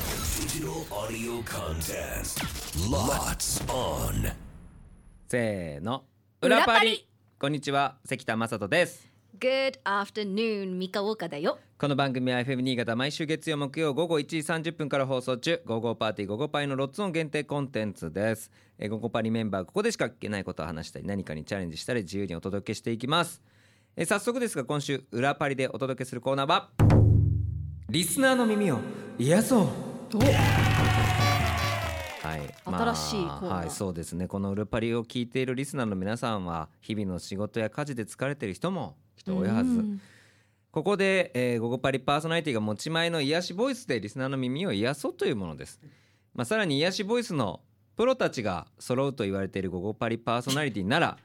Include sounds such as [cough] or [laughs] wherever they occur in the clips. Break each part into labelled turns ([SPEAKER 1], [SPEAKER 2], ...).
[SPEAKER 1] Digital audio contest. Lots on.
[SPEAKER 2] せーの
[SPEAKER 3] 裏
[SPEAKER 2] 裏
[SPEAKER 3] パ
[SPEAKER 2] パリ
[SPEAKER 3] リ
[SPEAKER 2] こんにちは関田正人です
[SPEAKER 3] Good afternoon 三河岡だよ
[SPEAKER 2] この番組は FM 新潟毎週月曜木曜午後1時30分から放送中「午後パーティー午後パイ」のロッツオン限定コンテンツですえー午後パリメンバーここでしか聞けないことを話したり何かにチャレンジしたり自由にお届けしていきますえー早速ですが今週裏パリでお届けするコーナーはリスナーの耳を癒そうはい、
[SPEAKER 3] 新しいコーナー
[SPEAKER 2] はい、そうですねこの「ルパリ」を聞いているリスナーの皆さんは日々の仕事や家事で疲れている人も人多いはず、
[SPEAKER 3] うん
[SPEAKER 2] ここで、えー、ゴゴパリパーソナリティが持ち前の癒しボイスでリスナーの耳を癒そうというものです。まあ、さらに癒しボイスのプロたちが揃うと言われているゴゴパリパーソナリティなら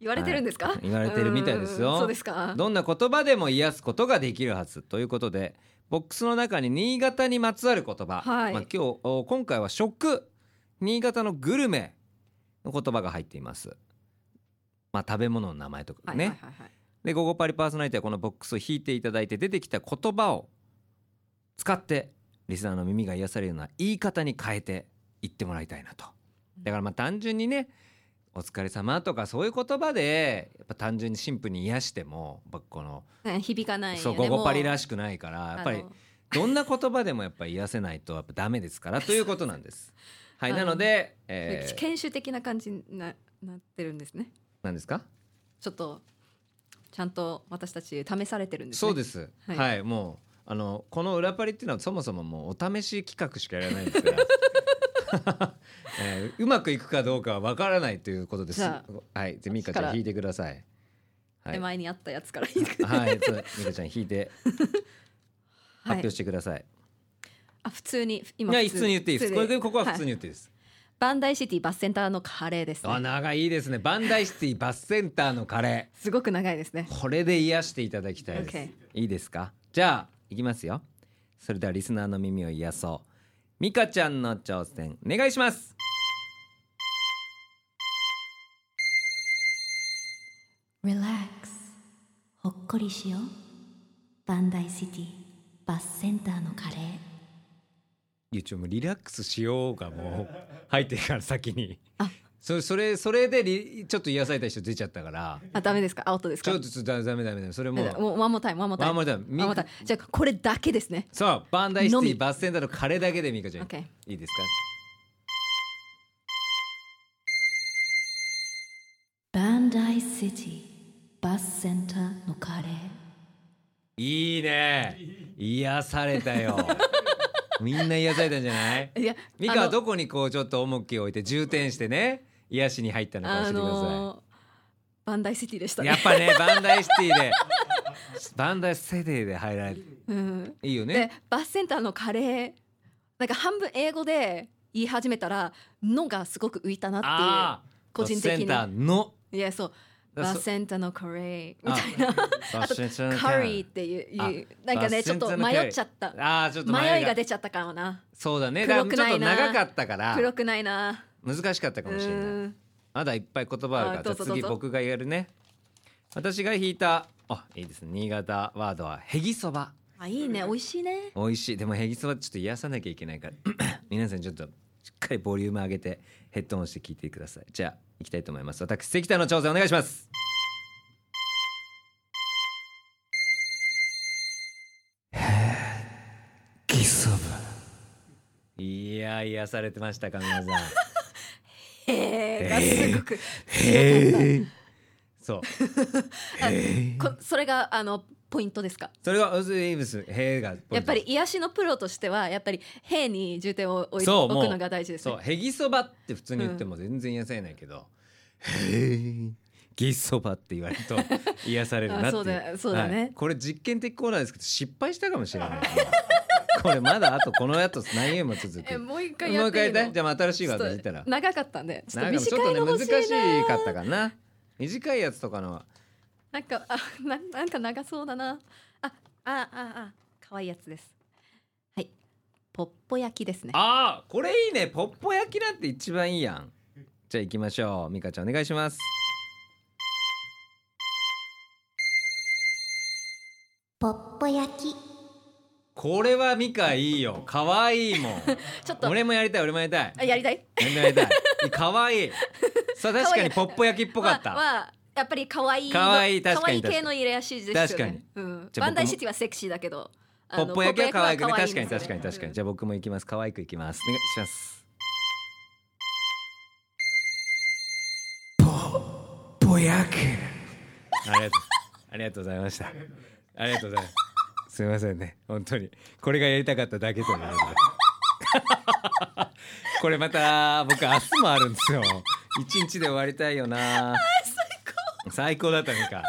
[SPEAKER 3] 言われてるんですか、
[SPEAKER 2] はい言われてるみたいですよ
[SPEAKER 3] うんそうですか
[SPEAKER 2] どんな言葉でも癒すことができるはずということでボックスの中に新潟にまつわる言葉、
[SPEAKER 3] はい
[SPEAKER 2] まあ、今日お今回は食新潟のグルメの言葉が入っています。まあ、食べ物の名前とかね、
[SPEAKER 3] はいはいはいはい
[SPEAKER 2] で「ゴゴパリパーソナリティ」はこのボックスを引いていただいて出てきた言葉を使ってリスナーの耳が癒されるような言い方に変えて言ってもらいたいなとだからまあ単純にね「お疲れ様とかそういう言葉でやっぱ単純にシンプルに癒してもやっぱこの
[SPEAKER 3] ね響かないよね
[SPEAKER 2] そう「ゴゴパリ」ら
[SPEAKER 3] し
[SPEAKER 2] しくないから
[SPEAKER 3] や
[SPEAKER 2] やっぱりどんな言葉でもやっぱ癒せないとやっぱダメですからということなんです。はい
[SPEAKER 3] [laughs] あの
[SPEAKER 2] なので、えー、
[SPEAKER 3] 研修的な感じにななってるんですね
[SPEAKER 2] 何ですか
[SPEAKER 3] ちょっとちゃんと私たち試されてるんですね
[SPEAKER 2] そうです。は、
[SPEAKER 3] はいい
[SPEAKER 2] もうあのこの裏パリっていうのはそもそももうお試し企画しかやらないですから。 [laughs] えーうまくいくかどうかはわからないということです。
[SPEAKER 3] じゃ
[SPEAKER 2] はい、じゃあミカちゃん引いてください。は
[SPEAKER 3] 手
[SPEAKER 2] い、はい、
[SPEAKER 3] 前にあったやつから言ってくれ
[SPEAKER 2] そうミカちゃん引いて発
[SPEAKER 3] はい
[SPEAKER 2] 表してください。
[SPEAKER 3] あ普通に
[SPEAKER 2] い、
[SPEAKER 3] 今
[SPEAKER 2] や普通に言っていいです。これここは普通に
[SPEAKER 3] い
[SPEAKER 2] 言っていいです。
[SPEAKER 3] バンダイシティバスセンターのカレーですね、
[SPEAKER 2] あ長いいですね。バンダイシティバスセンターのカレ
[SPEAKER 3] すごく長いですね
[SPEAKER 2] ー。これで癒していただきたいです。
[SPEAKER 3] OK
[SPEAKER 2] いいですか。じゃあいきますよ。それではリスナーの耳を癒そう。ミカちゃんの挑戦お願いします。
[SPEAKER 4] リラックスほっこりしようバンダイシティバスセンターのカレー
[SPEAKER 2] いやちょもうリラックスしようがもう入ってるから先に
[SPEAKER 3] あ
[SPEAKER 2] それそれそれでリちょっと癒された人出ちゃったから
[SPEAKER 3] あダメですかアウトです
[SPEAKER 2] ち
[SPEAKER 3] か
[SPEAKER 2] ょっとちょっとダメダメダメダメそれもう
[SPEAKER 3] もうワンモタイムワンモタイ
[SPEAKER 2] ワンモ
[SPEAKER 3] ム
[SPEAKER 2] アタイムみ
[SPEAKER 3] ワンモタイムじゃあこれだけですね
[SPEAKER 2] そうバンダイシテ
[SPEAKER 3] のみ
[SPEAKER 2] ィバスセンターのカレーだけでミカちゃん、
[SPEAKER 3] OK
[SPEAKER 2] いいですか
[SPEAKER 4] バンダイシティバスセンターのカレー
[SPEAKER 2] いいね癒されたよみんな癒されたんじゃない
[SPEAKER 3] いや
[SPEAKER 2] ミカ
[SPEAKER 3] あ
[SPEAKER 2] は
[SPEAKER 3] の
[SPEAKER 2] どこにこうちょっと重きを置いて重点してね癒しに入ったのか教え
[SPEAKER 3] あ
[SPEAKER 2] てください、
[SPEAKER 3] のーバンダイシティでした
[SPEAKER 2] や
[SPEAKER 3] ね
[SPEAKER 2] っ。ぱねバンダイシティでバンダイシティで入られる
[SPEAKER 3] うん、
[SPEAKER 2] いいよね
[SPEAKER 3] でバスセンターのカレーなんか半分英語で言い始めたら「の」がすごく浮いたなって
[SPEAKER 2] あー
[SPEAKER 3] 個人的
[SPEAKER 2] バ
[SPEAKER 3] な
[SPEAKER 2] スセンターの
[SPEAKER 3] いういやそう
[SPEAKER 2] だから
[SPEAKER 3] バ
[SPEAKER 2] そ
[SPEAKER 3] スセンターのカレーみたいな
[SPEAKER 2] バ
[SPEAKER 3] あと
[SPEAKER 2] スセンターの
[SPEAKER 3] カリーっていういうなんかねちょっと迷っちゃった
[SPEAKER 2] ああーちょっと
[SPEAKER 3] 迷い
[SPEAKER 2] 出
[SPEAKER 3] が出ちゃったかもな
[SPEAKER 2] そうだねだ
[SPEAKER 3] 黒
[SPEAKER 2] から
[SPEAKER 3] く
[SPEAKER 2] ちょっと
[SPEAKER 3] ないな
[SPEAKER 2] 長かったから
[SPEAKER 3] 黒くないな
[SPEAKER 2] 難しかったかもしれ
[SPEAKER 3] う
[SPEAKER 2] ない
[SPEAKER 3] ん
[SPEAKER 2] まだいっぱい言葉ある
[SPEAKER 3] あー
[SPEAKER 2] か
[SPEAKER 3] ど
[SPEAKER 2] ら
[SPEAKER 3] う
[SPEAKER 2] じゃ
[SPEAKER 3] ぞ
[SPEAKER 2] あ次
[SPEAKER 3] どうぞ
[SPEAKER 2] 僕がやるね私が引いたあいいですね新潟ワードはへぎそば
[SPEAKER 3] あいいね美味しいね
[SPEAKER 2] 美味しいでもへぎそばちょっと癒さなきゃいけないから [clears throat] 皆さんちょっとしっかりボリューム上げてヘッドホンして聞いてくださいじゃあ行きたいと思います私関田の挑戦お願いしますへぎそばいやー癒されてましたか皆さん
[SPEAKER 3] へえがすごく
[SPEAKER 2] へえ [laughs] そう
[SPEAKER 3] こそれがあのポイントですか
[SPEAKER 2] それはウズイブスへーがポイント
[SPEAKER 3] やっぱり癒しのプロとしてはやっぱり「へ」に重点を置い
[SPEAKER 2] そう
[SPEAKER 3] 置く
[SPEAKER 2] もう
[SPEAKER 3] のが大事です
[SPEAKER 2] そう
[SPEAKER 3] [laughs] ね。
[SPEAKER 2] へぎそばって普通に言っても全然癒されないけど、へえぎそばって言われると癒されるなってい
[SPEAKER 3] あそうだそうだね
[SPEAKER 2] はいこれ実験的コーナーですけど失敗したかもしれない
[SPEAKER 3] [laughs]
[SPEAKER 2] これまだあとこの後何ゲームも続く
[SPEAKER 3] えもう一回
[SPEAKER 2] も
[SPEAKER 3] や
[SPEAKER 2] う
[SPEAKER 3] っ
[SPEAKER 2] 一
[SPEAKER 3] て
[SPEAKER 2] 回
[SPEAKER 3] いい
[SPEAKER 2] やっ
[SPEAKER 3] の
[SPEAKER 2] てじゃあまた新しい技
[SPEAKER 3] ちょ
[SPEAKER 2] 言
[SPEAKER 3] っ
[SPEAKER 2] っ
[SPEAKER 3] と
[SPEAKER 2] たら
[SPEAKER 3] 長かったんでちょっと
[SPEAKER 2] なんかちょっ
[SPEAKER 3] 短
[SPEAKER 2] と
[SPEAKER 3] い
[SPEAKER 2] ね
[SPEAKER 3] の
[SPEAKER 2] 難
[SPEAKER 3] 欲
[SPEAKER 2] し
[SPEAKER 3] しいな
[SPEAKER 2] かったかな短いやつとかの
[SPEAKER 3] なんかあななんか長そうだなああああ可愛いやつですはいポッポ焼きですね
[SPEAKER 2] あーこれいいねポッポ焼きなんて一番いいやんじゃあ行きましょうミカちゃんお願いします
[SPEAKER 4] ポッポ焼き
[SPEAKER 2] これはミカいいよ可愛いもん
[SPEAKER 3] [laughs] ちょっと
[SPEAKER 2] 俺もやりたい俺もやりたい
[SPEAKER 3] あやりたい
[SPEAKER 2] 俺もやりたい可愛いさあ確かにポッポ焼きっぽかっ
[SPEAKER 3] は
[SPEAKER 2] た
[SPEAKER 3] はやっぱり可愛いの
[SPEAKER 2] 可愛い確かに
[SPEAKER 3] 可愛い系の入れやしいですよね
[SPEAKER 2] 確かに
[SPEAKER 3] うん、
[SPEAKER 2] じゃあ僕も
[SPEAKER 3] バンダイシティはセクシーだけどあ
[SPEAKER 2] ポ
[SPEAKER 3] の
[SPEAKER 2] ッポ焼きは可愛くね
[SPEAKER 3] ポッポ
[SPEAKER 2] 確か
[SPEAKER 3] 焼き
[SPEAKER 2] に
[SPEAKER 3] は可愛いんです
[SPEAKER 2] 確
[SPEAKER 3] よ
[SPEAKER 2] かに
[SPEAKER 3] ね
[SPEAKER 2] 確かにじゃあ僕も行きます可愛く行きますお願いします
[SPEAKER 1] ぼやく
[SPEAKER 2] ありがとうありがとうございましたありがとうございますすみませんね本当にこれがやりたかっただけとなるのでこれまた僕明日もあるんですよ一日で終わりたいよな最高だったミカ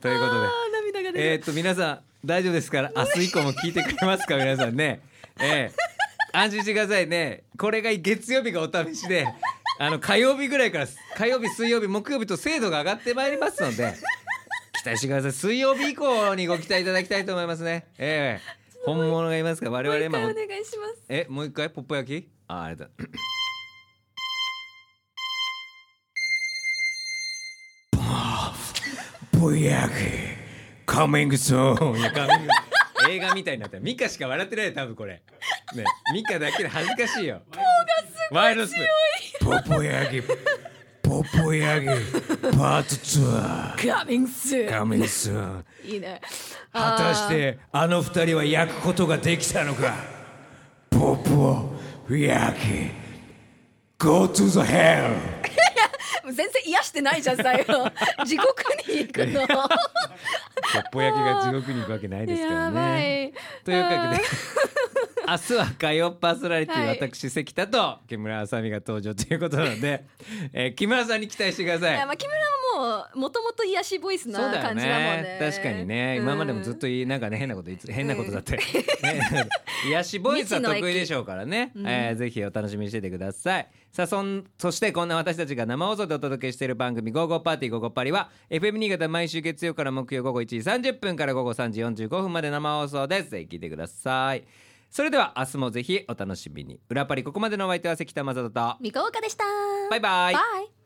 [SPEAKER 2] ということで
[SPEAKER 3] あー涙が出る、
[SPEAKER 2] えーっと皆さん大丈夫ですから明日以降も聞いてくれますか皆さんね、ええ安心してくださいねこれが月曜日がお試しであの火曜日ぐらいから火曜日水曜日木曜日と精度が上がってまいりますので期待してください水曜日以降にご期待いただきたいと思いますねええ本物がいますから我々今
[SPEAKER 3] も
[SPEAKER 2] も
[SPEAKER 3] う一回お願いします
[SPEAKER 2] えもう一回ポッポ焼きああれだ [laughs]
[SPEAKER 1] ぼやくカミングソーン
[SPEAKER 2] 映画みたいになったミカしか笑ってないよ多分これねミカだけで恥ずかしいよワイルドスプーン
[SPEAKER 1] ポポヤギポポヤギパート2
[SPEAKER 3] カミングスー
[SPEAKER 1] カミングソーン
[SPEAKER 3] いいね
[SPEAKER 1] 果たしてあの二人は焼くことができたのかポポヤギ Go to the hell
[SPEAKER 3] 全然癒してないじゃん最後地獄に行く [laughs]
[SPEAKER 2] ポ
[SPEAKER 3] の
[SPEAKER 2] ッポ焼きが地獄に行くわけないですから
[SPEAKER 3] やば
[SPEAKER 2] ね。
[SPEAKER 3] い
[SPEAKER 2] というわけで
[SPEAKER 3] あー
[SPEAKER 2] [laughs] 明日は火曜パーソナリティ、
[SPEAKER 3] はい
[SPEAKER 2] 私関田と木村あさみが登場ということなので、えー木村さんに期待してくだ
[SPEAKER 3] い
[SPEAKER 2] さ
[SPEAKER 3] や
[SPEAKER 2] い。
[SPEAKER 3] まあ木村はもうもともと癒しボイスな
[SPEAKER 2] そうだよ
[SPEAKER 3] 感じだもんね
[SPEAKER 2] ね確かにね、今までもずっといいなんかね変なこといつ変なことだ [laughs] って、ね癒しボイスは得意でしょうからね、えーぜひお楽しみにしててくださいさあそんそしてこんな私たちが生放送でお届けしている番組「ゴーゴーパーティーゴーゴーパリは」FM 新潟毎週月曜から木曜午後1時30分から午後3時45分まで生放送ですぜひ聞いてくださいそれでは明日もぜひお楽しみに裏パリここまでのお相手は関田正人と
[SPEAKER 3] 三河岡でした
[SPEAKER 2] バイバイ
[SPEAKER 3] バイ